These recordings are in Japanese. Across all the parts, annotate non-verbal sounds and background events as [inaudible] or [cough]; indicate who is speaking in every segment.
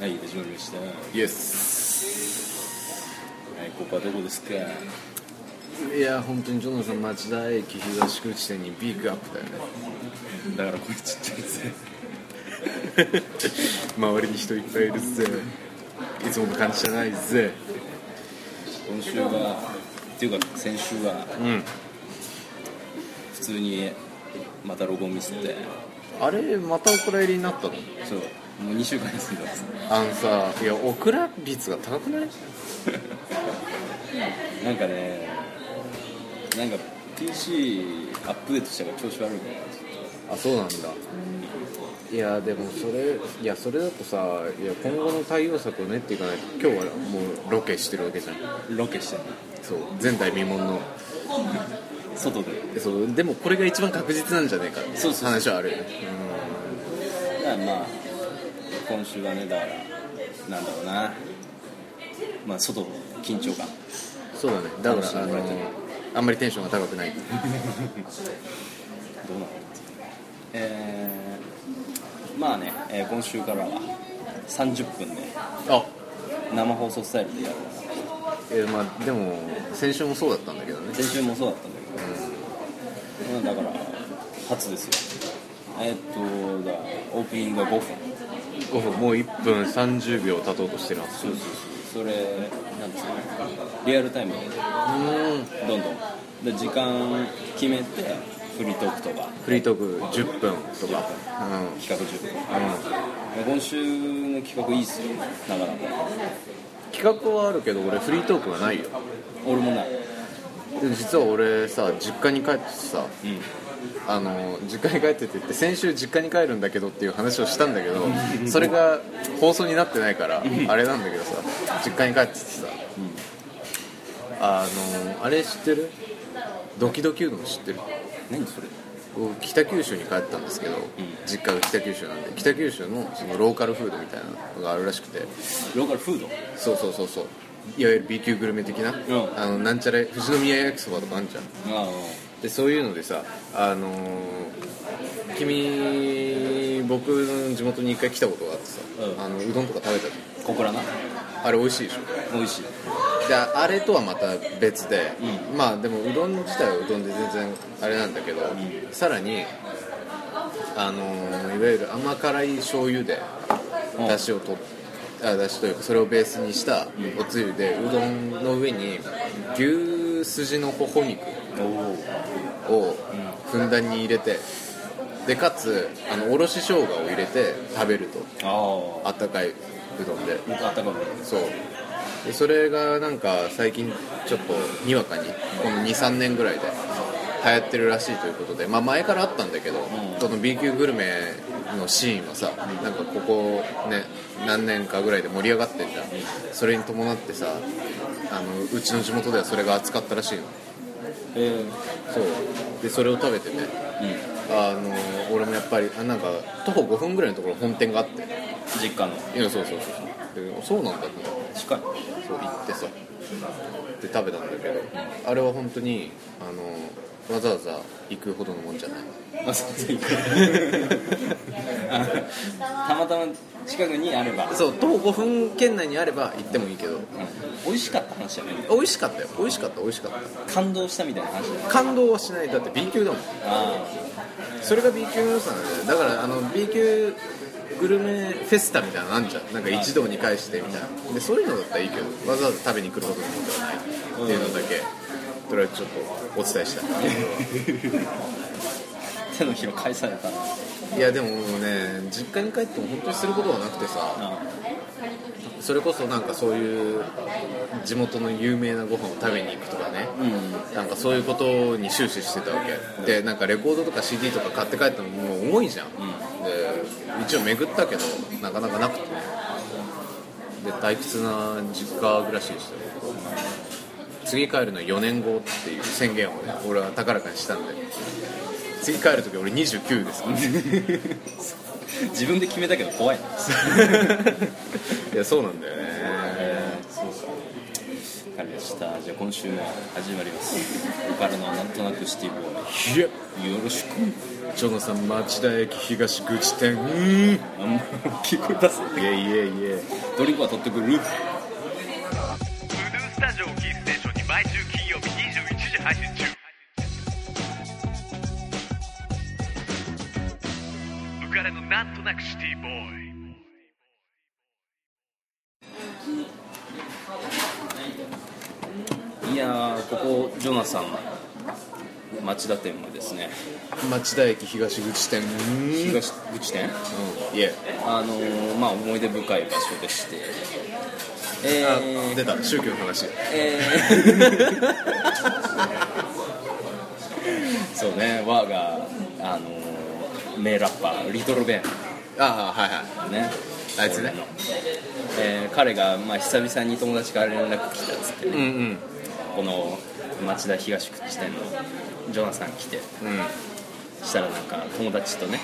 Speaker 1: はい始まりましたは
Speaker 2: イエス
Speaker 1: いここはどこですか
Speaker 2: いや本当にジョナサン町田駅東口店にビッグアップだよね
Speaker 1: だからこれちっちゃいぜ
Speaker 2: 周りに人いっぱいいるぜいつもの感じじゃないぜ
Speaker 1: 今週はっていうか先週は
Speaker 2: うん
Speaker 1: 普通にまたロゴミスって
Speaker 2: あれまたお蔵入りになったの
Speaker 1: そうもう2週間休んでます
Speaker 2: あのさいやオクラ率が高くない
Speaker 1: なんかねなんか PC アップデートしたから調子悪いか
Speaker 2: あそうなんだいやでもそれいやそれだとさいや今後の対応策を練っていかないと今日はもうロケしてるわけじゃん
Speaker 1: らロケしてる
Speaker 2: そう前代未聞の
Speaker 1: 外で
Speaker 2: そうでもこれが一番確実なんじゃねえかって
Speaker 1: そうそうそう
Speaker 2: 話はあるよね
Speaker 1: だからまあ今週はねだからなんだろうなまあ外の緊張感
Speaker 2: そうだねだか
Speaker 1: 楽し
Speaker 2: ら
Speaker 1: み
Speaker 2: あ
Speaker 1: に
Speaker 2: のあんまりテンションが高くない
Speaker 1: どうなのえー、まあね、えー今週からは30分で
Speaker 2: あ
Speaker 1: 生放送スタイルでやる
Speaker 2: えーまあでも先週もそうだったんだけどね
Speaker 1: 先週もそうだったんだけど、まあだから初ですよえーっとだオープニングが5分
Speaker 2: 5分もう1分30秒経とうとしてるはず
Speaker 1: そうそうそうそれなんですかねリアルタイムで
Speaker 2: うん
Speaker 1: どんどんで時間決めてフリートークとか
Speaker 2: フリートーク10分とか
Speaker 1: 企画10分
Speaker 2: うん、うん、
Speaker 1: 今週の企画いいっすよなかなか
Speaker 2: 企画はあるけど俺フリートークはないよ
Speaker 1: 俺もない
Speaker 2: でも実は俺さ実家に帰っててさ
Speaker 1: うん
Speaker 2: あの実家に帰っててって先週実家に帰るんだけどっていう話をしたんだけどそれが放送になってないからあれなんだけどさ実家に帰っててさ、あのあれ知ってるドキドキうどん知ってる
Speaker 1: 何それ
Speaker 2: 僕北九州に帰ったんですけど、実家が北九州なんで北九州のそのローカルフードみたいなのがあるらしくて
Speaker 1: ローカルフード
Speaker 2: そうそうそうそういわゆる B 級グルメ的な、
Speaker 1: ん
Speaker 2: あのなんちゃら富士宮焼きそばとかあんじゃん
Speaker 1: あ
Speaker 2: でそういうのでさあのー君僕の地元に一回来たことがあってさ、
Speaker 1: うん
Speaker 2: あのうどんとか食べたじ
Speaker 1: あここらな
Speaker 2: ゃんあれ美味しいでしょ
Speaker 1: 美味しい
Speaker 2: であれとはまた別で、まあでもうどん自体はうどんで全然あれなんだけど、さらにあのーいわゆる甘辛い醤油で
Speaker 1: うん
Speaker 2: だしをとっあだしというかそれをベースにしたおつゆでうどんの上に牛すじのほほ肉
Speaker 1: おお
Speaker 2: をふんだんに入れてでかつあのおろし生姜を入れて食べると
Speaker 1: あ
Speaker 2: あったかいうどんで
Speaker 1: ああったかくな
Speaker 2: そうでそれがなんか最近ちょっとにわかにこの23年ぐらいで流行ってるらしいということで、まあ、前からあったんだけど、
Speaker 1: ん
Speaker 2: この B 級グルメのシーンはさ、なんかここね何年かぐらいで盛り上がってんじゃん、それに伴ってさあのうちの地元ではそれが扱ったらしいの
Speaker 1: え
Speaker 2: そうでそれを食べてね
Speaker 1: うん
Speaker 2: あの俺もやっぱりあなんか徒歩5分ぐらいのところに本店があってい
Speaker 1: 実家の
Speaker 2: やそうそうそうでそうなんだと思って
Speaker 1: 近い
Speaker 2: そう行ってさで食べたんだけどあれは本当にあのわざわざ行くほどのもんじゃない
Speaker 1: あそうそう [laughs] あたまたま近くにあれば、うん、
Speaker 2: そう徒歩5分圏内にあれば行ってもいいけど
Speaker 1: 美味しかった話じゃない
Speaker 2: 美味しかったよ美味しかった美味しかった
Speaker 1: 感動したみたいな話じゃない
Speaker 2: 感動はしないだって B 級だもん
Speaker 1: あ
Speaker 2: それが B 級の良さなんだよだからあの B 級グルメフェスタみたいなのあんじゃんなんか一堂に会してみたいなでそういうのだったらいいけどわざわざ食べに来ることのことはないっていうのだけとりあえずちょっとお伝えした
Speaker 1: あ手のひら返されたない
Speaker 2: やでももうね実家に帰っても本当にすることはなくてさ
Speaker 1: あ
Speaker 2: それこそなんかそういう地元の有名なご飯を食べに行くとかね
Speaker 1: うん
Speaker 2: なんかそういうことに終始してたわけでなんかレコードとか CD とか買って帰ったのもう重いじゃん、で一応巡ったけどなかなかなくてねで退屈な実家暮らしでしたよ次帰るのは4年後っていう宣言をね俺は高らかにしたんで次帰る時俺29ですから
Speaker 1: 自分で決めたけど怖いない
Speaker 2: やそうなんだよね
Speaker 1: えー、そうか分かりましたじゃあ今週も始まりますボーカルのなんとなくシティボー
Speaker 2: いや
Speaker 1: イよろしく [laughs]
Speaker 2: ジョナサン町田駅東口店うーんイ
Speaker 1: あんま聞こえたっす
Speaker 2: エイイエイイエイ
Speaker 1: ドリンクは取ってくる
Speaker 3: ブルースタジオをキーステーションに毎週金曜日21時配信中浮かれのなんとなくシティボーイ
Speaker 1: いやーここジョナサン町田店もですね
Speaker 2: 町田駅東口店うーん
Speaker 1: 東口店
Speaker 2: うんイエイ
Speaker 1: あのーまあ思い出深い場所でしてえ
Speaker 2: あ
Speaker 1: ー
Speaker 2: 出た宗教の話
Speaker 1: えーそうね我があのー名ラッパーリトルベン
Speaker 2: ああはいはい
Speaker 1: ね
Speaker 2: あいつね
Speaker 1: 俺のえー彼が、まあ、久々に友達から連絡来たっつってね、
Speaker 2: うんうん
Speaker 1: この町田東口店のジョナさん来て
Speaker 2: うん
Speaker 1: したらなんか友達とね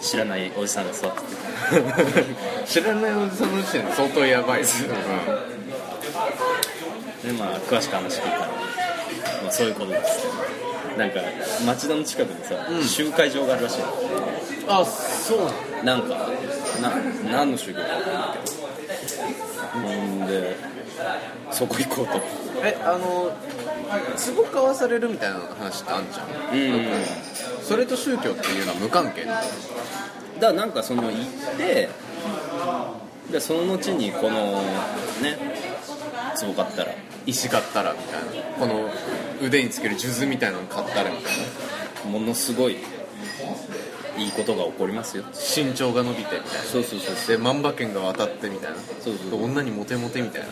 Speaker 1: 知らないおじさんが座ってて
Speaker 2: うん知らないおじさんの時点で相当やばいです、う
Speaker 1: でまあ詳しく話聞いたら、まあ、そういうことですけどなんか町田の近くでさ、集会場があるらしいの
Speaker 2: ん、あそうなの
Speaker 1: なんかな何の集会か分かんないけどほんでそこ行こうと
Speaker 2: えあの壺買わされるみたいな話ってあんじゃん
Speaker 1: うん
Speaker 2: それと宗教っていうのは無関係なの
Speaker 1: だからなんかその行ってでその後にこのね壺買ったら
Speaker 2: 石買ったらみたいなこの腕につける数珠みたいなの買ったらみたいな
Speaker 1: ものすごいいいことが起こりますよ
Speaker 2: 身長が伸びてみたいな
Speaker 1: そうそうそう
Speaker 2: で万馬券が渡ってみたいな
Speaker 1: そうそう
Speaker 2: で女にモテモテみたいな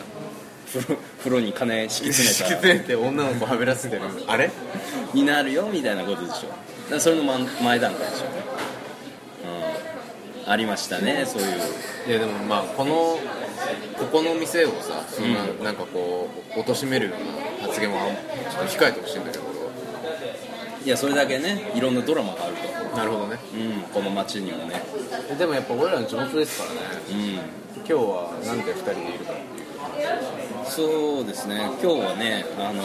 Speaker 1: 風呂風呂に金敷き
Speaker 2: 敷き
Speaker 1: 詰め
Speaker 2: [laughs]
Speaker 1: たら
Speaker 2: 詰めて女の子はべらせてるあれ
Speaker 1: になるよみたいなことでしょだからそれの前前段階でしょうね、うん、ありましたねそういう
Speaker 2: いやでもまあこのここの店をさそんな,、、
Speaker 1: うん
Speaker 2: なんかこう貶めるような発言はちょっと控えてほしいんだけど俺
Speaker 1: いやそれだけねいろんなドラマがあると、
Speaker 2: はなるほどね
Speaker 1: うん、この街にもね、
Speaker 2: でもやっぱ俺らの地元ですからね
Speaker 1: うん、
Speaker 2: 今日はなんで2人でいるかっていう
Speaker 1: そうですね今日はねあの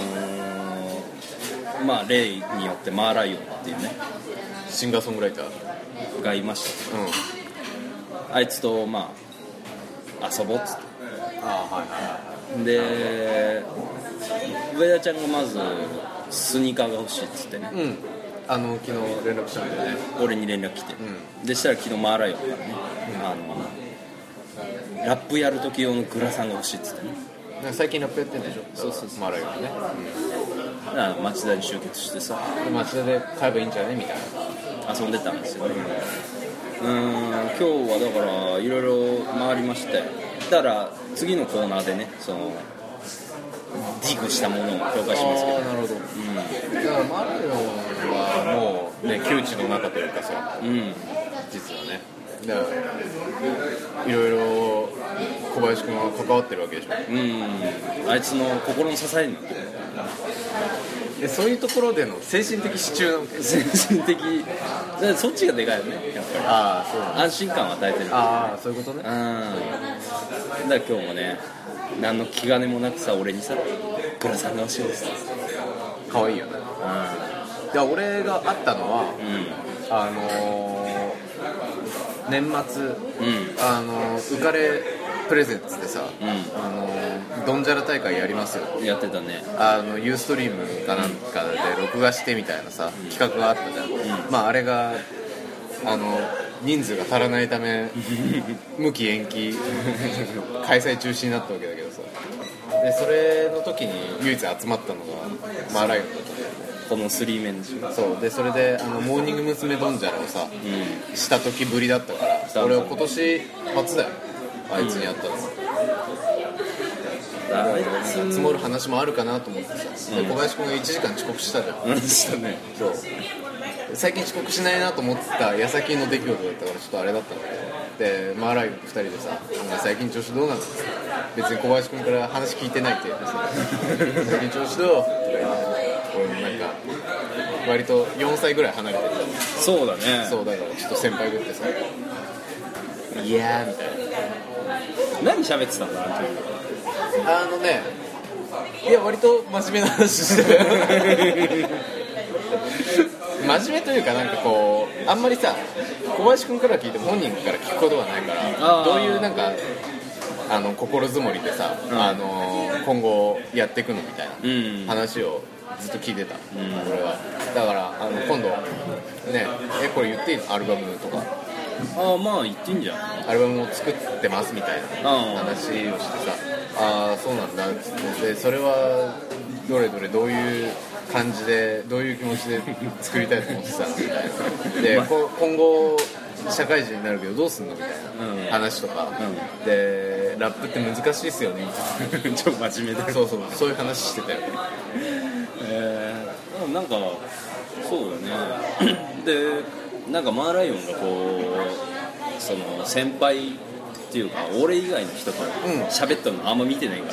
Speaker 1: ーまあ例によってマーライオンっていうね
Speaker 2: シンガーソングライターう
Speaker 1: がいました
Speaker 2: ん
Speaker 1: あいつとまあ遊ぼうっつって
Speaker 2: ああはいは
Speaker 1: で上田ちゃんがまずスニーカーが欲しいっつってね
Speaker 2: いうんあの昨日連絡したんだよね
Speaker 1: 俺に連絡来て、でしたら昨日マーライオンからね、あのラップやる時用のグラサンが欲しいっつってね
Speaker 2: なんか最近ラップやってんでしょそうそうそうマライオンね、
Speaker 1: あの町田に集結してさ
Speaker 2: うん、町田で買えばいいんじゃねみたいな
Speaker 1: 遊んでたんですよねうーん今日はだからいろいろ回りましたよだから次のコーナーでねそのディグしたものを紹介しますけど
Speaker 2: あーなるほど、だからマライオンはもうね窮地の中というかさ
Speaker 1: うん
Speaker 2: 実はねだからいろいろ小林君は関わってるわけでしょ
Speaker 1: うんあいつの心の支えになってる [laughs]
Speaker 2: でそういうところでの精神的支柱なわけ
Speaker 1: 精神的だからそっちがでかいよねやっぱり
Speaker 2: ああそうなんだ
Speaker 1: 安心感を与えてる
Speaker 2: ああそういうこと
Speaker 1: うん
Speaker 2: ね
Speaker 1: だから今日もね何の気兼ねもなくさ俺にさ「グラさんが欲しいです」
Speaker 2: 可愛いよね
Speaker 1: う
Speaker 2: で俺が会ったのは
Speaker 1: ん
Speaker 2: あのー年末
Speaker 1: うんうん
Speaker 2: あのー浮かれプレゼンツでさ、
Speaker 1: う
Speaker 2: あのードンジャラ大会やりますよ
Speaker 1: んやってたね
Speaker 2: あのユーストリームかなんかで録画してみたいなさ企画があったじゃん、まああれがあの人数が足らない
Speaker 1: [laughs]
Speaker 2: ため無期延期開催中止になったわけだけどさでそれの時に唯一集まったのがマーライオンだっ
Speaker 1: このスリーメンでしょ
Speaker 2: たそうでそれであのモーニング娘。ドンジャラをさ
Speaker 1: うん
Speaker 2: した時ぶりだったから俺は今年初だよあいつに会ったの、
Speaker 1: あいつ
Speaker 2: 積もる話もあるかなと思ってさ、で小林君が1時間遅刻したじゃん
Speaker 1: うんしたね
Speaker 2: そう最近遅刻しないなと思ってた矢先の出来事だったからちょっとあれだったんだけどでマーライオン2人でさ「お前最近調子どうなの?」って別に小林君から話聞いてないって言ってさ「最近調子どう?」とか言って俺もなんか割と4歳ぐらい離れてて
Speaker 1: そうだね
Speaker 2: そうだからちょっと先輩ぶってさ「いやー」みたいな
Speaker 1: 何喋ってたんだなという
Speaker 2: あのねいや割と真面目な話してたよ真面目というかなんかこうあんまりさ小林君から聞いても本人から聞くことはないから
Speaker 1: あー
Speaker 2: どういうなんかあの心づもりでさ、
Speaker 1: うん
Speaker 2: あの今後やっていくのみたいな、
Speaker 1: うん
Speaker 2: 話をずっと聞いてた、
Speaker 1: ん
Speaker 2: 俺はだからあの今度ねえこれ言っていいのアルバムとか
Speaker 1: ああまあ言っていいんじゃん
Speaker 2: アルバムを作ってますみたいな
Speaker 1: うん
Speaker 2: 話をしてさああそうなんだっつってでそれはどれどれどういう感じでどういう気持ちで作りたいと思ってたのみたいなでこ今後社会人になるけどどうすんのみたい
Speaker 1: うん
Speaker 2: な話とか、
Speaker 1: う
Speaker 2: でラップって難しいっすよねみた
Speaker 1: [laughs] ちょっと真面目だ
Speaker 2: いなそうそうそういう話してたよ
Speaker 1: えー、でもなんかそうよね [clears throat] でなんかマーライオンがこうその先輩っていうか俺以外の人と
Speaker 2: ん
Speaker 1: 喋ったのあんま見てないか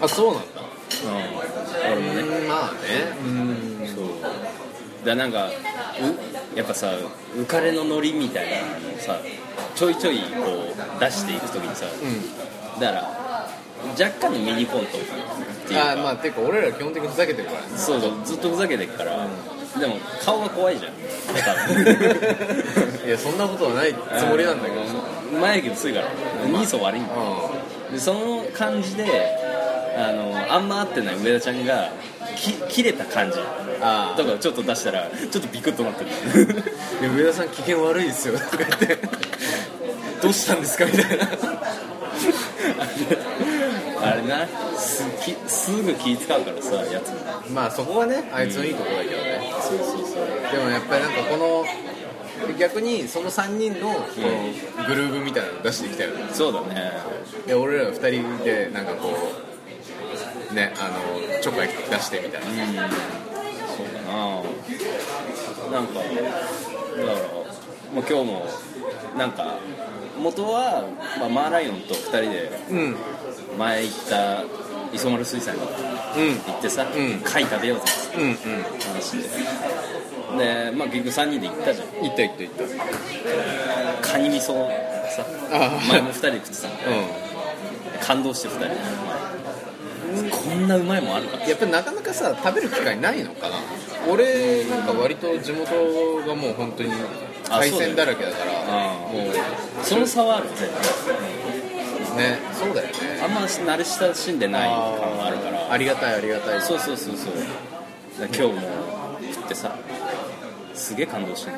Speaker 1: ら、
Speaker 2: あそうなんだ
Speaker 1: 俺もね
Speaker 2: うんまあねうん
Speaker 1: そうだなんかうやっぱさ浮かれのノリみたいなのをさちょいちょいこう出していくときにさ、だから若干のミニコントっていう
Speaker 2: あ
Speaker 1: か
Speaker 2: ーまあていうか俺ら基本的にふざけてるからね
Speaker 1: そうそうずっとふざけてっから、でも顔が怖いじゃん
Speaker 2: [laughs] いやそんなことはないつもりなんだけどさ
Speaker 1: ど眉毛薄いから人相悪いんだよでその感じであのあんま合ってない上田ちゃんがき切れた感じ
Speaker 2: あ
Speaker 1: とかをちょっと出したらちょっとビクッとなってる
Speaker 2: で上田さん機嫌悪いですよとか言ってどうしたんですかみたいな
Speaker 1: あれなすきすぐ気使うからさやつも
Speaker 2: まあそこはねあいつのいいとこだけどね、
Speaker 1: そうそうそう
Speaker 2: でもやっぱりなんかこの逆にその3人のこのグルーブみたいなの出してきたよね
Speaker 1: そうだね
Speaker 2: で俺ら2人でなんかこうねあのちょっかい出してみたいな、
Speaker 1: そうだななんかだからもう今日もなんか元は、まあ、マーライオンと2人で
Speaker 2: うん
Speaker 1: 前行った磯丸水産に
Speaker 2: うん
Speaker 1: 行ってさ、
Speaker 2: うん
Speaker 1: 貝食べようぜ
Speaker 2: うんうん
Speaker 1: って話してでまあ結局3人で行ったじゃん
Speaker 2: いったいったいった
Speaker 1: カニ味噌をさ
Speaker 2: あ
Speaker 1: 前も2人で食ってたんで
Speaker 2: う
Speaker 1: 感動して2人で、こんなうまいもんあるか
Speaker 2: ん、やっぱりなかなかさ食べる機会ないのかな俺なんか割と地元がもう本当に
Speaker 1: あ
Speaker 2: 海鮮だらけだから
Speaker 1: そう
Speaker 2: もう
Speaker 1: その差はある絶
Speaker 2: ねそうだよね
Speaker 1: 対あんま慣れ親しんでない感があるから
Speaker 2: ありがたいありがたい
Speaker 1: そうそうそうそうだから今日も食ってさすげえ感動してる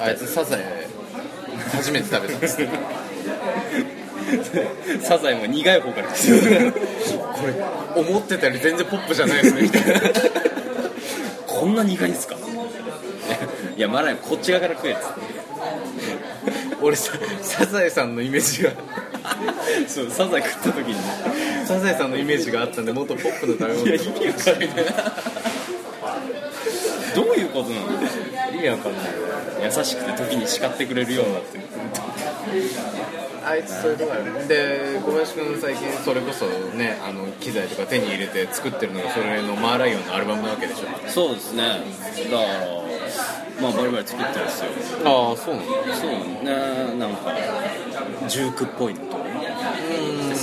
Speaker 2: あいつサザエ初めて食べたんです [laughs]
Speaker 1: サザエも苦い方から食ってる
Speaker 2: これ思ってたより全然ポップじゃないですねみたいな
Speaker 1: こんな苦いんすかいやいやマライオンこっち側から食えっつっ
Speaker 2: [laughs] 俺さサザエさんのイメージが
Speaker 1: てそうサザエ食った時にね
Speaker 2: サザエさんのイメージがあったんでもっとポップな食
Speaker 1: い
Speaker 2: べ
Speaker 1: や
Speaker 2: 物
Speaker 1: 意味わかんないどういうことなの意味わかんない優しくて時に叱ってくれるようになってる
Speaker 2: あいつそういうとこあるねで小林君最近それこそねあの機材とか手に入れて作ってるのがそれのマーライオンのアルバムなわけでしょ
Speaker 1: そうですねだからまあバリバリ作ってるんですよ
Speaker 2: ああそうなんだ
Speaker 1: そうねなんかジュークっぽいのとか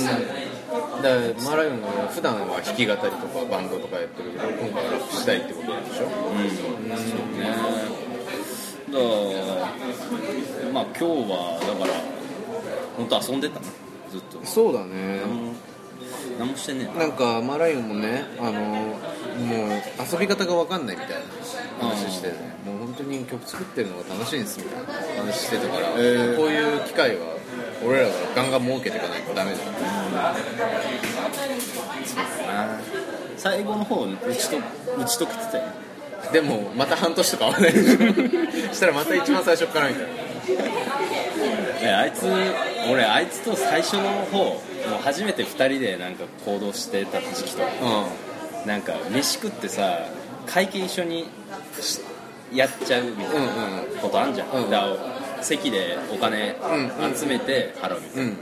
Speaker 2: だからマーライオンは普段は弾き語りとかバンドとかやってるけど今回はラップしたいってことなんでしょ
Speaker 1: ねだからまあ今日はだから本当遊んでたのずっと
Speaker 2: そうだね
Speaker 1: 何もしてね
Speaker 2: なんかマーライオンもねあのもう遊び方が分かんないみたいな話してねもう本当に曲作ってるのが楽しいんですみたいな話してたから、こういう機会は俺らがガンガン儲けていかないとダメだよ
Speaker 1: えな最後の方打ちと打ち解けてたよね
Speaker 2: でもまた半年とか会わないでしょしたらまた一番最初からみたいな
Speaker 1: ねあいつ俺あいつと最初の方もう初めて2人でなんか行動してた時期となんか飯食ってさ会計一緒にしやっちゃうみたいな
Speaker 2: うんうん
Speaker 1: ことあんじゃん、
Speaker 2: うん
Speaker 1: だから席でお金
Speaker 2: うんうん
Speaker 1: 集めて払うみたいな、
Speaker 2: うん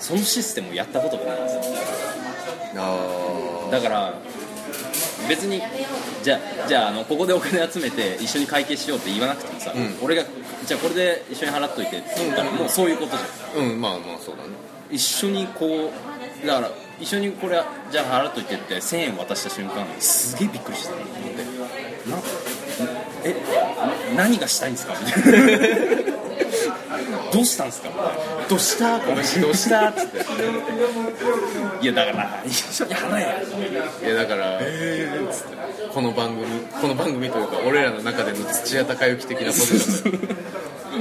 Speaker 1: そのシステムをやったことがないんですよ
Speaker 2: あ
Speaker 1: だから別にじゃあじゃああのここでお金集めて一緒に会計しようって言わなくてもさ、
Speaker 2: ん
Speaker 1: 俺がじゃあこれで一緒に払っといてって言ったらもうそういうことじゃん
Speaker 2: あうんまあまあそうだね
Speaker 1: 一緒にこうだから一緒にこれじゃあ払っといてって1000円渡した瞬間すげえびっくりしたなええ何がしたいんですかみたいな [laughs] どうしたんですかみたいな
Speaker 2: どうしたこの人どうしたっつって
Speaker 1: いやだから一緒に払えや
Speaker 2: いやだから、この番組この番組というか俺らの中での土屋隆之的なこ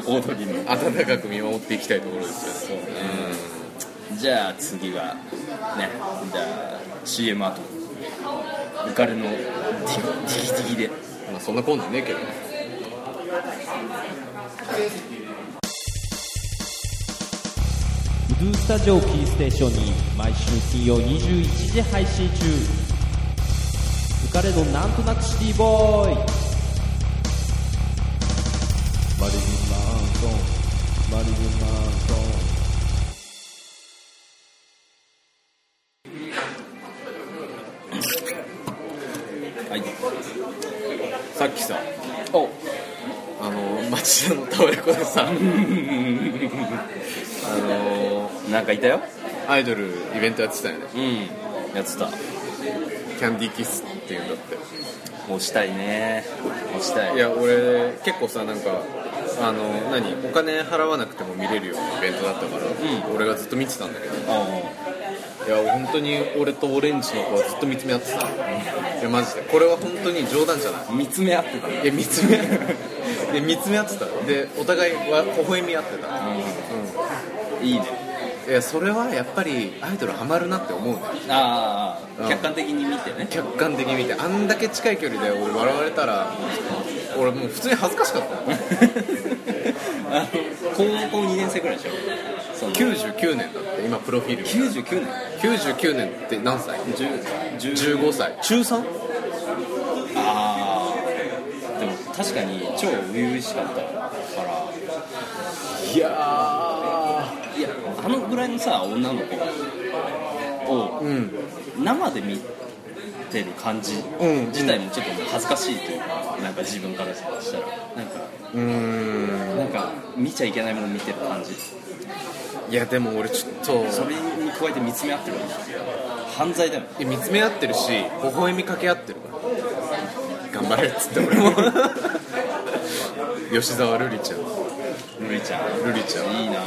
Speaker 2: とだと
Speaker 1: 大鳥の
Speaker 2: 温かく見守っていきたいところですよ
Speaker 1: じゃあ次はねじゃあ CM 後浮かれのディギディギディギで
Speaker 2: まあそんなこんなんねえけどね
Speaker 4: ウドゥスタジオキーステーションに毎週金曜21時配信中浮かれのなんとなくシティボーイマリリン・マンソンマリリン・マンソン
Speaker 1: はい
Speaker 2: さっきさ
Speaker 1: [laughs] お
Speaker 2: あの町田のタワレコでさあの
Speaker 1: なんかいたよ
Speaker 2: アイドルイベントやってたよね
Speaker 1: うんやってた
Speaker 2: キャンディーキスっていうんだって
Speaker 1: 押したいね押した
Speaker 2: い
Speaker 1: い
Speaker 2: や俺結構さなんかあの何お金払わなくても見れるようなイベントだったから、俺がずっと見てたんだけど
Speaker 1: あ
Speaker 2: いや本当に俺とオレンジの子はずっと見つめ合ってたいやマジでこれは本当に冗談じゃない
Speaker 1: あ見つめ合ってた
Speaker 2: いや見つめ [laughs] で見つめ合ってたでお互いは微笑み合ってた、
Speaker 1: いいね
Speaker 2: いやそれはやっぱりアイドルハマるなって思うね
Speaker 1: あ
Speaker 2: う
Speaker 1: あ
Speaker 2: ん
Speaker 1: 客観的に見てね
Speaker 2: 客観的に見てあんだけ近い距離で俺笑われたら俺もう普通に恥ずかしかった
Speaker 1: あの高校2年生ぐらいでしょその
Speaker 2: 99年だって今プロフィール見
Speaker 1: 99年
Speaker 2: た99年って何歳
Speaker 1: 10
Speaker 2: 15歳中 3?
Speaker 1: ああでも確かに超初々しかったから
Speaker 2: い
Speaker 1: い
Speaker 2: や
Speaker 1: やあのぐらいのさ女の子を
Speaker 2: うん
Speaker 1: 生で見てる感じ
Speaker 2: うん
Speaker 1: 自体もちょっと恥ずかしいというかなんか自分からしたらなんか
Speaker 2: うーん
Speaker 1: なんか見ちゃいけないもの見てる感じ
Speaker 2: いやでも俺ちょっと
Speaker 1: それに加えて見つめ合ってるわけで犯罪だよ
Speaker 2: いや見つめ合ってるし微笑みかけ合ってるから頑張れっつって俺 [laughs] も吉沢瑠璃ちゃん
Speaker 1: ルリちゃん
Speaker 2: 瑠璃ちゃん
Speaker 1: いいな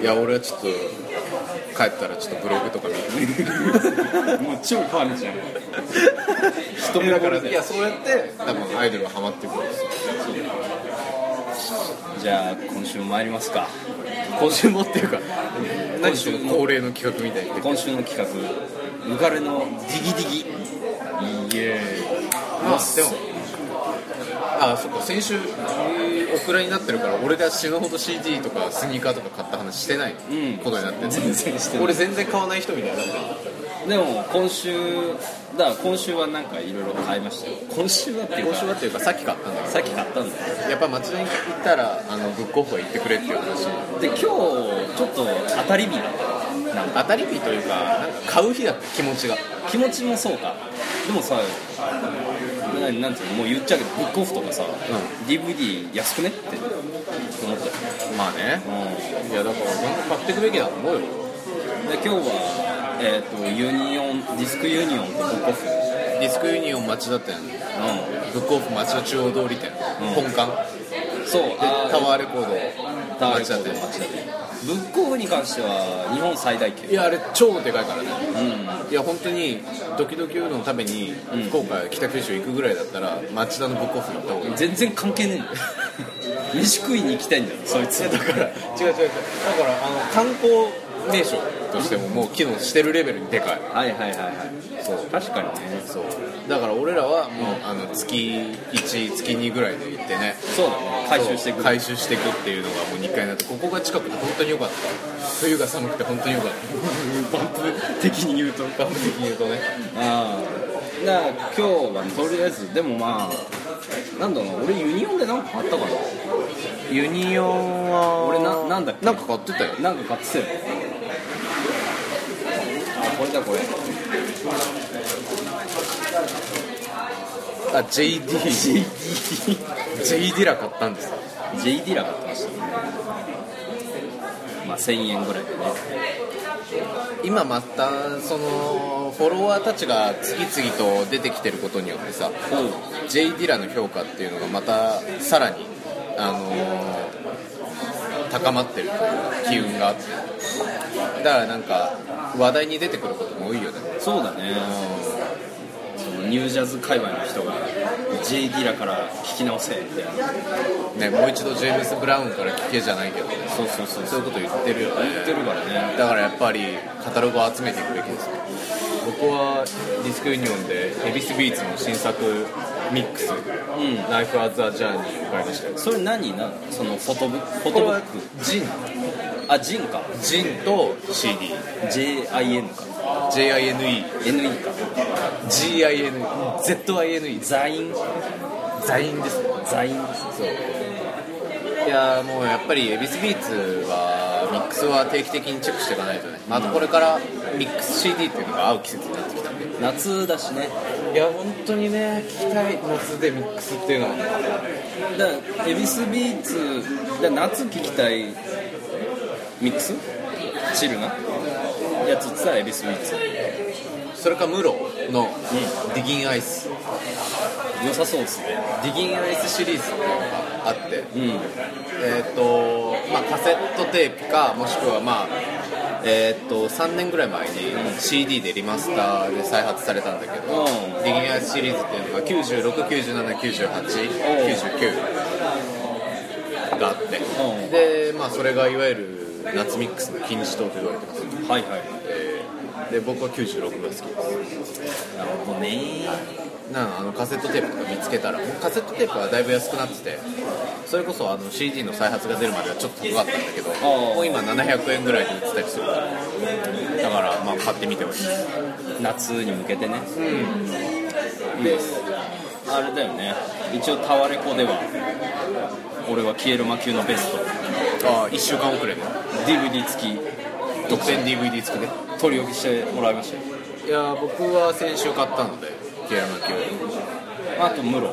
Speaker 1: い
Speaker 2: や俺はちょっと帰ったらちょっとブログとか見る [laughs]
Speaker 1: ぁもう超ファン [laughs] じゃん一目
Speaker 2: だ
Speaker 1: だ
Speaker 2: か
Speaker 1: からら
Speaker 2: いやそうやって多分アイドルはハマってくるんですよ
Speaker 1: じゃあ今週も参りますか
Speaker 2: 今週もっていうか何そ
Speaker 1: 今週
Speaker 2: の
Speaker 1: も
Speaker 2: 恒例の企画みたいに言って
Speaker 1: 今週の企画浮かれのディギディギイエーイ
Speaker 2: まあでもあそっか先週オクラになってるから俺が死ぬほど CD とかスニーカーとか買った話してない
Speaker 1: うん
Speaker 2: ことになってる
Speaker 1: 全然してない
Speaker 2: 俺全然買わない人みたいになってる
Speaker 1: でも今週だから今週はなんかいろいろ買いましたよ今週はっていうか
Speaker 2: 今週はっていうかさっき買ったんだけ
Speaker 1: さっき買ったんだよ
Speaker 2: どやっぱ町田に行ったらあのブックオフは行ってくれっていう話
Speaker 1: で今日ちょっと当たり日だったなんか
Speaker 2: 当たり日というかなんか買う日だった気持ちが
Speaker 1: 気持ちもそうかでもさななんていうのもう言っちゃうけどブックオフとかさ、DVD 安くねって思ったよ、
Speaker 2: まあね
Speaker 1: う
Speaker 2: いやだから全然買ってくべきだと思うよ
Speaker 1: ん、で今日はえっ、とユニオンディスクユニオンとブックオフ
Speaker 2: ディスクユニオン町田店ブックオフ町田中央通り店、
Speaker 1: うん
Speaker 2: 本館
Speaker 1: うんそう
Speaker 2: で
Speaker 1: あー
Speaker 2: タワーレコー
Speaker 1: タ
Speaker 2: ド
Speaker 1: ワーレ
Speaker 2: 町
Speaker 1: コード
Speaker 2: 田店
Speaker 1: の町田店ブックオフに関しては日本最大級
Speaker 2: いやあれ超でかいからね
Speaker 1: うん
Speaker 2: いや本当にドキドキうどん食べに
Speaker 1: うん
Speaker 2: 福岡北九州行くぐらいだったら町田のブックオフ行った方がいい
Speaker 1: 全然関係ねえんだよ [laughs] 飯食いに行きたいんだよそいつだから
Speaker 2: 違う違う違うだからあの観光名所としてももう機能してるレベルにでかい
Speaker 1: はいはいはいはいそう確かにね
Speaker 2: そうだから俺らはもうあの月1月2ぐらいで行ってね
Speaker 1: そうだね回収してく
Speaker 2: そう
Speaker 1: る
Speaker 2: 回収していくっていうのがもう2回になってここが近くて本当に良かった冬が寒くて本当に良かった [laughs]
Speaker 1: バンプ的に言うと
Speaker 2: バブ的に言うとね
Speaker 1: ああだから今日はとりあえずでもまあなんだろうな俺ユニオンで何か買ったかな
Speaker 2: ユニオンは
Speaker 1: 俺ななんだっけ
Speaker 2: なんか買ってたよ
Speaker 1: なんか買ってたよあこれだこれ
Speaker 2: あ JD JD ラ買ったんですよ
Speaker 1: JD ラ買ってましたねまあ1000円ぐらいでね
Speaker 2: 今またそのフォロワーたちが次々と出てきてることによってさ J ・ディラの評価っていうのがまたさらに、あのー高まってるというか機運があってだからなんか話題に出てくることも多いよね
Speaker 1: そうだねそのニュージャズ界隈の人が J ・ディラから聞き直せみたいな
Speaker 2: ねもう一度ジェームス・ブラウンから聞けじゃないけどね
Speaker 1: そうそうそう
Speaker 2: そういうこと言ってるよね
Speaker 1: 言ってるからね
Speaker 2: だからやっぱりカタログを集めていくべきですね僕はディスクユニオンでエビスビーツの新作ミックス「
Speaker 1: ん
Speaker 2: ナイフ・アザ・ジャーニー」を買いましたよ
Speaker 1: それ何なのそのフォトブフォ
Speaker 2: こ
Speaker 1: ト
Speaker 2: れ
Speaker 1: ブ
Speaker 2: は
Speaker 1: ック
Speaker 2: ジン
Speaker 1: あジンか
Speaker 2: ジンと CD
Speaker 1: JIN か
Speaker 2: JINE
Speaker 1: NE か
Speaker 2: GINE ZINE
Speaker 1: ザイン
Speaker 2: ザインですね
Speaker 1: ザインですね
Speaker 2: そういやーもうやっぱりエビスビーツはミックスは定期的にチェックしていかないとね、まあ、あとこれからミックス CD っていうのが合う季節になってきたんで
Speaker 1: 夏だしね
Speaker 2: いや本当にね聞きたい夏でミックスっていうのはね
Speaker 1: だからエビスビーツだから夏聞きたいミックスチルなやつっつったらエビスビーツ
Speaker 2: それかムロのディギンアイス
Speaker 1: 良さそうですね
Speaker 2: ディギンアイスシリーズっていうのがあって
Speaker 1: うん
Speaker 2: えっ、とまあカセットテープかもしくはまあえっ、と3年ぐらい前に CD でリマスターで再発されたんだけど、
Speaker 1: うん
Speaker 2: ディギンアイスシリーズっていうのが96979899があって、
Speaker 1: うん
Speaker 2: でまあそれがいわゆる夏ミックスの金字塔と言われてます
Speaker 1: はいはい
Speaker 2: で僕は96が好きです
Speaker 1: なるほどね
Speaker 2: なんかあのカセットテープとか見つけたらもうカセットテープはだいぶ安くなっててそれこそあの CD の再発が出るまではちょっと高かったんだけど
Speaker 1: ー
Speaker 2: もう今700円ぐらいで売ってたりするからだからまあ買ってみてほしい
Speaker 1: 夏に向けてね
Speaker 2: で
Speaker 1: あれだよね一応タワレコでは俺は消える魔球のベスト
Speaker 2: あ1週間遅れで
Speaker 1: DVD 付き
Speaker 2: 特典 DVD 付きで
Speaker 1: 取り置きしてもらいましたよ
Speaker 2: いやー僕は先週買ったのでケアマキ
Speaker 1: あとムロ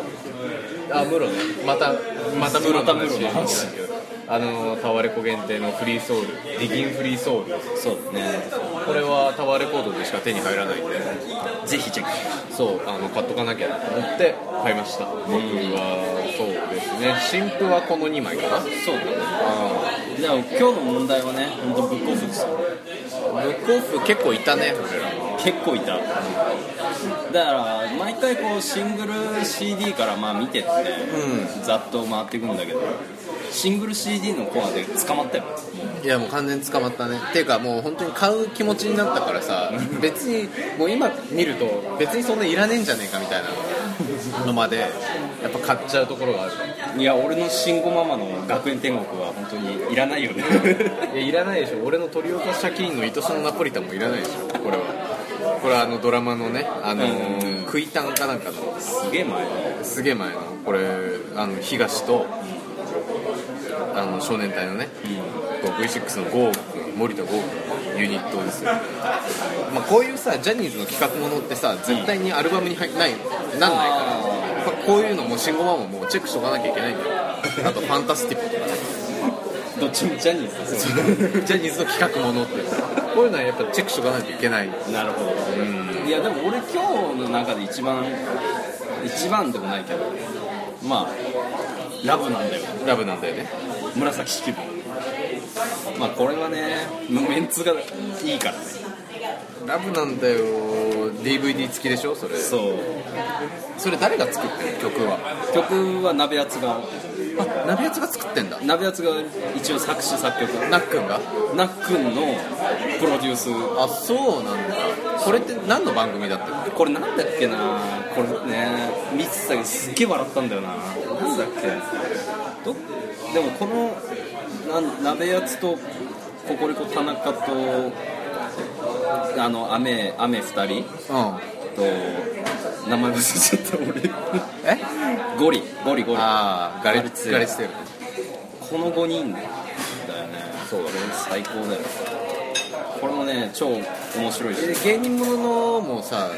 Speaker 2: あムロねまたまたムロの
Speaker 1: またムロ
Speaker 2: 話
Speaker 1: の話
Speaker 2: あのタワレコ限定のフリーソウルディギンフリーソウル
Speaker 1: そうだね
Speaker 2: これはタワーレコードでしか手に入らないんで
Speaker 1: ぜひチェック
Speaker 2: そうあの買っとかなきゃなと思って買いました僕はそうですね新譜はこの2枚かな
Speaker 1: そうだねでも今日の問題はね本当ブックオフですよ
Speaker 2: ブックオフ結構いたね俺ら
Speaker 1: 結構いただから毎回こうシングル CD からまあ見てって、ざっと回っていくんだけどシングル CD のコーナーで捕まったよ
Speaker 2: いやもう完全に捕まったねっていうかもう本当に買う気持ちになったか
Speaker 1: [laughs]
Speaker 2: らさ別にもう今見ると別にそんないらねえんじゃねえかみたいなのまでやっぱ買っちゃうところがある
Speaker 1: いや俺の慎吾ママの学園天国は本当にいらないよ [laughs] ね
Speaker 2: いやいらないでしょ俺の取り落とし借金の糸そのナポリタンもいらないでしょこれはこれはあのドラマのねあの
Speaker 1: うん
Speaker 2: ー、クイタンかなんかの
Speaker 1: すげえ前
Speaker 2: すげえ前のこれあの東とあの少年隊のね、こう V6 のゴー君森田剛君のユニットですよ、まあ、こういうさジャニーズの企画ものってさ絶対にアルバムに入ないなんないから
Speaker 1: あ
Speaker 2: やっぱこういうのも慎吾マンももうチェックしとかなきゃいけないんだよあと「ファンタスティック」 [laughs] とかね
Speaker 1: ーどっちもジャニーズです
Speaker 2: ジャニーズの企画ものってこういうのはやっぱチェックしとかないといけない
Speaker 1: なるほど、いやでも俺今日の中で一番一番でもないけどまあラブなんだよ
Speaker 2: ラブなんだよね
Speaker 1: 紫式部まあこれはねメンツがいいからね
Speaker 2: ラブなんだよ DVD 付きでしょそれ
Speaker 1: そう
Speaker 2: それ誰が作ってる曲は
Speaker 1: 曲は鍋やつが
Speaker 2: あ鍋やつが作ってんだ
Speaker 1: 鍋やつが一応作詞作曲
Speaker 2: なっくんが
Speaker 1: なっくんのプロデュース
Speaker 2: あそうなんだこれって何の番組だったっ
Speaker 1: これなんだっけなこれね見てたけどすっげえ笑ったんだよななんだっけどでもこのな鍋やつとココリコ田中とあの雨雨2人
Speaker 2: けうん
Speaker 1: と名前忘れちゃった俺
Speaker 2: え
Speaker 1: ゴリゴリゴリ
Speaker 2: ああガレ
Speaker 1: ガレッ
Speaker 2: ッ
Speaker 1: ツ
Speaker 2: ツ
Speaker 1: ェ
Speaker 2: ガ
Speaker 1: ル
Speaker 2: レッツェル
Speaker 1: この5人だよねそうだね最高だよこれもね超面白いし
Speaker 2: え芸人もののもさ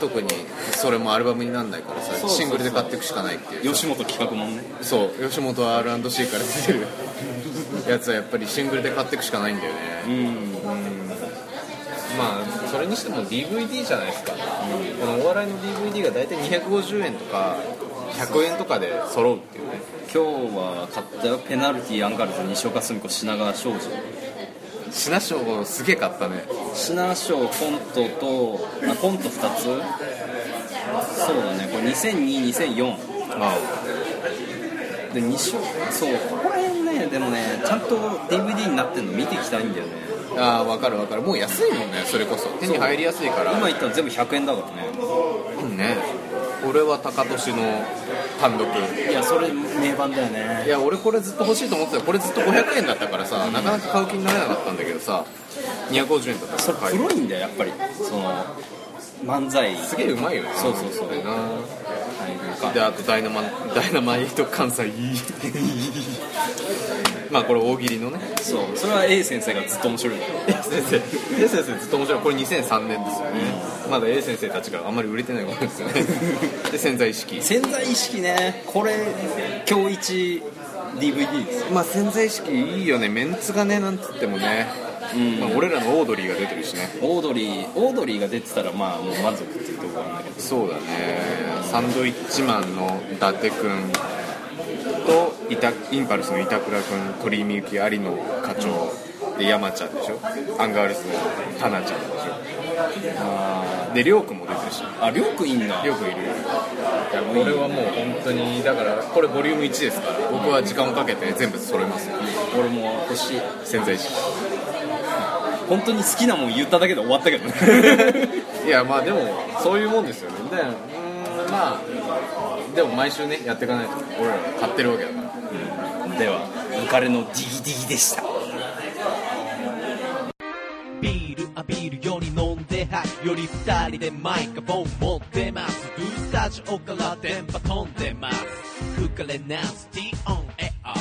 Speaker 2: 特にそれもアルバムになんないからさ
Speaker 1: そうそう
Speaker 2: シングルで買っていくしかないっていう
Speaker 1: 吉本企画もんね
Speaker 2: そう吉本は R&C から [laughs] 出てるやつはやっぱりシングルで買っていくしかないんだよね
Speaker 1: うん
Speaker 2: それにしても DVD じゃないですか、このお笑いの DVD が大体250円とか100円とかで揃うっていうね
Speaker 1: 今日は買ったよペナルティーアンガールズ西岡澄子品川庄司
Speaker 2: 品賞すげえ買ったね
Speaker 1: 品賞コントとあコント2つそうだねこれ20022004
Speaker 2: あ
Speaker 1: で2賞そうここら辺ねでもねちゃんと DVD になってるの見ていきたいんだよね
Speaker 2: あ分かる分かるもう安いもんねそれこそ手に入りやすいから
Speaker 1: 今言ったの全部100円だからね
Speaker 2: うんね俺は高俊の単独
Speaker 1: いやそれ名盤だよね
Speaker 2: いや俺これずっと欲しいと思ってたよこれずっと500円だったからさなかなか買う気になれなかったんだけどさ250円だった
Speaker 1: それ
Speaker 2: はい
Speaker 1: 黒いんだよやっぱりその漫才
Speaker 2: すげえうまいよね
Speaker 1: そうそうそう
Speaker 2: だよな
Speaker 1: はい
Speaker 2: であとダイナマダイナマイト関西いい [laughs] まあこれ大喜利のね
Speaker 1: そうそれは A 先生がずっと面白いんだよ
Speaker 2: え先生え先生ずっと面白いこれ2003年ですよねまだ A 先生たちがあんまり売れてない頃ですよ [laughs] ねで潜在意識
Speaker 1: 潜在意識ねこれ今日一 DVD ですよ
Speaker 2: まあ潜在意識いいよねメンツがねなんつってもね、まあ、俺らのオードリーが出てるしね
Speaker 1: オードリーオードリーが出てたらまあもう満足っていうところなんだけど
Speaker 2: そうだねサンドイッチマンの伊達君とイタインパルスの板倉君鳥居みゆき有野課長、で山ちゃんでしょアンガールズのタナちゃんでしょで亮君も出てるし
Speaker 1: ありょうくんいいんだ
Speaker 2: 亮君いるこれはもう本当にだからこれボリューム1ですから僕は時間をかけて全部揃えますよ
Speaker 1: 俺も欲しい
Speaker 2: 潜在意識
Speaker 1: 本当に好きなもん言っただけで終わったけどね
Speaker 2: いやまあでもそういうもんですよねでうーんまあでも毎週ねやっていかないと俺らは買ってるわけだから
Speaker 1: [laughs] では浮かれのディギディギでした
Speaker 4: ビールあビールより飲んではいより二人でマイクフォン持ってますルースタジオから電波飛んでます浮かれナスティオンエア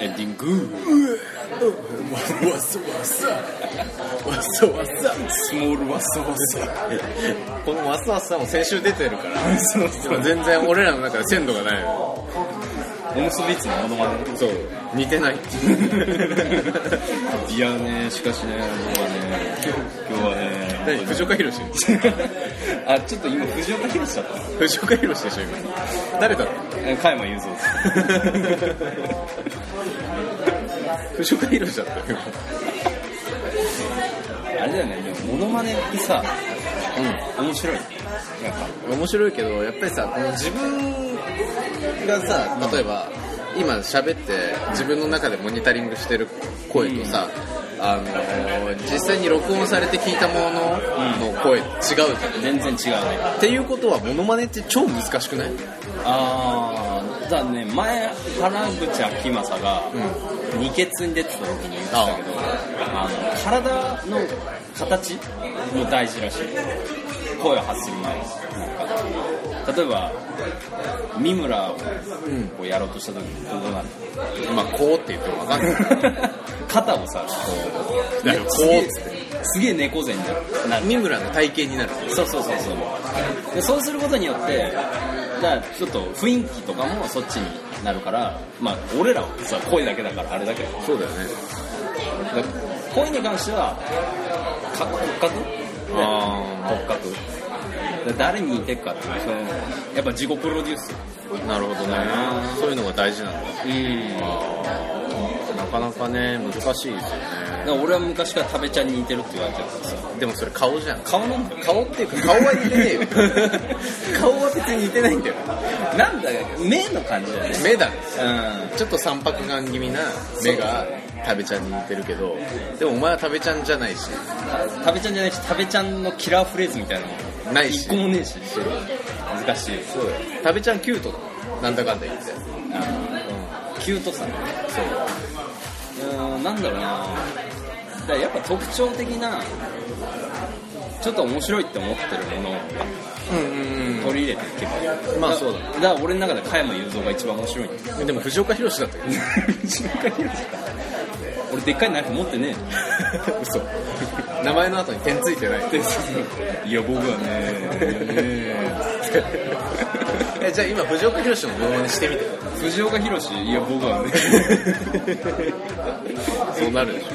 Speaker 1: エンディング
Speaker 2: わそわさわそわさスモールわそわさこのわそわさも先週出てるからそうそう全然俺らの中で鮮度がないの
Speaker 1: おむすびつのものまね
Speaker 2: そう似てない
Speaker 1: いやねしかしね今日はね今日はね
Speaker 2: 何藤岡弘
Speaker 1: [laughs] あちょっと今藤岡弘だっ
Speaker 2: 藤岡弘でしょ今誰だろう
Speaker 1: たえ加山雄三です
Speaker 2: 藤岡弘だったよ今
Speaker 1: [laughs] あれだよねでもモノマネってさ面白いやっぱ
Speaker 2: 面白いけどやっぱりさこの自分がさ例えば、今喋って自分の中でモニタリングしてる声とさ、あのー実際に録音されて聞いたものの声違うじゃん、
Speaker 1: 全然違うね
Speaker 2: っていうことはモノマネって超難しくない
Speaker 1: ああだね前原口あきまさが二欠に出てた時に言ってたけどあの体の形も大事らしい声を発する前になんか例えば三村をこうやろうとした時にどうなる
Speaker 2: まあこうって言っても分かんない [laughs]
Speaker 1: [laughs] 肩をさこう
Speaker 2: だからこうっつって
Speaker 1: すげえ猫背になる
Speaker 2: 三村の体型になる
Speaker 1: そうそうそうそうでそうすることによってだからちょっと雰囲気とかもそっちになるからまあ俺らはさ声だけだからあれだけど
Speaker 2: そうだよね
Speaker 1: だから声に関してはか骨格
Speaker 2: あ
Speaker 1: 骨格だから誰に似てるかっていうそのやっぱ自己プロデュース
Speaker 2: あなるほどねそういうのが大事なんだ
Speaker 1: うん
Speaker 2: なかなかね難しいですよね
Speaker 1: 俺は昔から食べちゃんに似てるって言われてるからさ
Speaker 2: でもそれ顔じゃん
Speaker 1: 顔なんだよ
Speaker 2: 顔っていうか顔は似てね
Speaker 1: [laughs]
Speaker 2: えよ顔は別に似てないんだよ
Speaker 1: なんだよ目の感じだよね
Speaker 2: 目だね
Speaker 1: うん
Speaker 2: ちょっと三白眼気味な目が食べちゃんに似てるけどでもお前は食べちゃんじゃないし
Speaker 1: 食べちゃんじゃないし食べちゃんのキラーフレーズみたいなのも
Speaker 2: ないし
Speaker 1: 一個もねえし難しい
Speaker 2: そうだよ食べちゃんキュートだもんなんだかんだ言って
Speaker 1: キュートさねそううんなんだろうなだからやっぱ特徴的なちょっと面白いって思ってるものを
Speaker 2: うんうん
Speaker 1: 取り入れて結構、
Speaker 2: まあそうだね
Speaker 1: だから俺の中で加山雄三が一番面白いんです
Speaker 2: でも藤岡弘だったよ
Speaker 1: [laughs] 俺でっかいナイフ持ってね
Speaker 2: [laughs] 嘘名前の後に点ついてない
Speaker 1: えいや僕はね
Speaker 2: えじゃあ今藤岡弘のモノマネしてみて
Speaker 1: 藤岡弘いや僕はね
Speaker 2: そうなるでしょ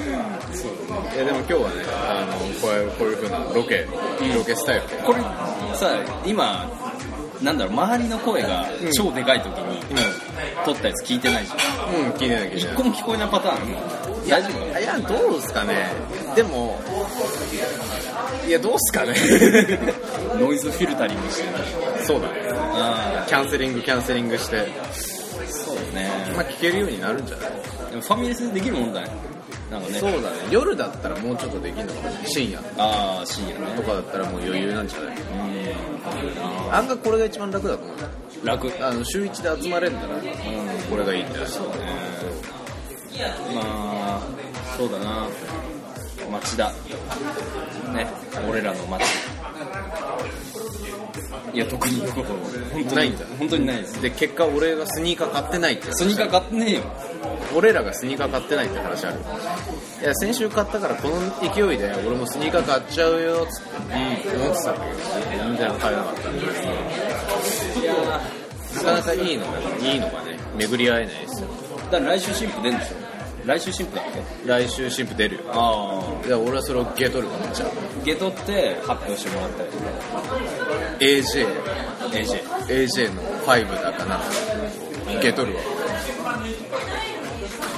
Speaker 2: いやでも今日はねあのこういうこういう風なロケロケスタイルで
Speaker 1: [laughs] これさ今なんだろう周りの声が超でかい時に撮ったやつ聞いてないじゃん
Speaker 2: うん、うん、聞いてない聞いて
Speaker 1: 一
Speaker 2: ない
Speaker 1: 個も聞こえないパターン大丈夫
Speaker 2: いやどうですかねでもいやどうす [laughs] かね
Speaker 1: [laughs] ノイズフィルタリングしてない
Speaker 2: そうだね
Speaker 1: あ
Speaker 2: キャンセリングキャンセリングして
Speaker 1: あそうだね
Speaker 2: まあ聞けるようになるんじゃない
Speaker 1: でもファミレスでできるもんだねなんかね
Speaker 2: そうだね夜だったらもうちょっとできるのかもしれない深夜
Speaker 1: ああ深夜ね
Speaker 2: とかだったらもう余裕なんじゃない
Speaker 1: うん
Speaker 2: 案外これが一番楽だと思う
Speaker 1: 楽うん
Speaker 2: あの週一で集まれるならこれがいいんだよそう
Speaker 1: まあそうだな町だね俺らの町いや特に本当に
Speaker 2: ないんだ
Speaker 1: 本当にないです
Speaker 2: で結果俺がスニーカー買ってないって
Speaker 1: スニーカー買ってねえよ
Speaker 2: 俺らがスニーカー買ってないって話あるいや先週買ったからこの勢いで俺もスニーカー買っちゃうよっつって思ってたんだけど全然買えなかったなかなかいいのがいいのがね巡り合えないですよ
Speaker 1: だから来週新婦出るんでしょ来週新婦だっけ
Speaker 2: 来週新婦出るよ
Speaker 1: あ
Speaker 2: いや俺はそれをゲートルと思っちゃう
Speaker 1: あゲトって発表してもらったりとか
Speaker 2: AJAJ
Speaker 1: AJ
Speaker 2: の5だかなゲートルは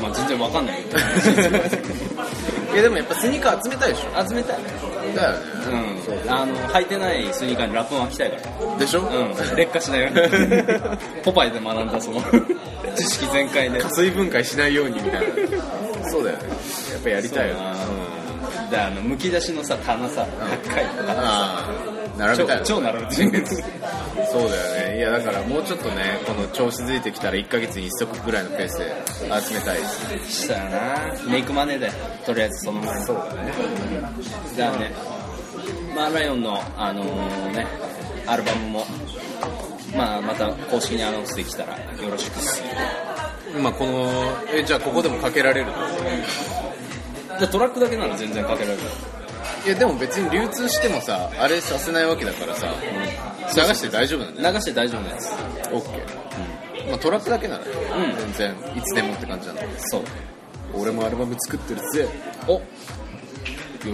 Speaker 1: まあ全然わかんないけど
Speaker 2: いやでもやっぱスニーカー集めたいでし
Speaker 1: [laughs] 集めたい
Speaker 2: ょだよね
Speaker 1: うん
Speaker 2: そう
Speaker 1: あの履いてないスニーカーにラップ巻きたいから
Speaker 2: でしょ、
Speaker 1: うん、 [laughs] 劣化しないように [laughs] ポパイで学んだその知識全開で
Speaker 2: 加水分解しないようにみたいな [laughs] そうだよねやっぱやりたいよな
Speaker 1: うんであのむき出しのさ棚さ高い棚
Speaker 2: ああ並べたい
Speaker 1: 超超並べてる
Speaker 2: そうだよねいやだからもうちょっとねこの調子づいてきたら1ヶ月に1足ぐらいのペースで集めたいです
Speaker 1: したよなメイクマネーでとりあえずその前にそうだねじゃあねまあライオンのあのねアルバムもまあまた公式にアナウンスできたらよろしくっす
Speaker 2: まあこのえじゃあここでもかけられるの
Speaker 1: でトラックだけなら全然かけられる
Speaker 2: いやでも別に流通してもさあれさせないわけだからさ流して大丈夫なんだ
Speaker 1: 流
Speaker 2: よ
Speaker 1: して大丈夫なやつ
Speaker 2: OK、まあ、トラックだけなら、全然いつでもって感じなんだけど
Speaker 1: そう
Speaker 2: 俺もアルバム作ってるぜ
Speaker 1: およ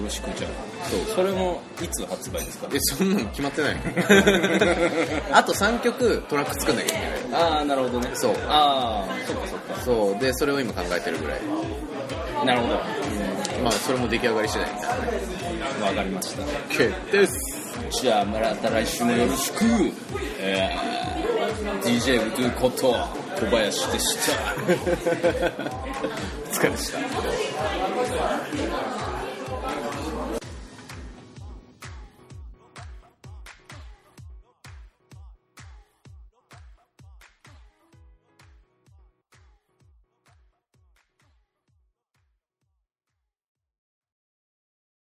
Speaker 1: ろしくじゃあ
Speaker 2: そう
Speaker 1: それもいつ発売ですか
Speaker 2: えそんなの決まってない [laughs] あと3曲トラック作んなきゃいけない
Speaker 1: ああなるほどね
Speaker 2: そう
Speaker 1: ああそっかそっ
Speaker 2: そうでそれを今考えてるぐらい
Speaker 1: かなるほど
Speaker 2: まあそれも出来上がり次第みたいな
Speaker 1: わかりました
Speaker 2: 決定っす
Speaker 1: じゃあまた来週もよろしく、えー、DJ ウトゥこと小林でした
Speaker 2: 疲れした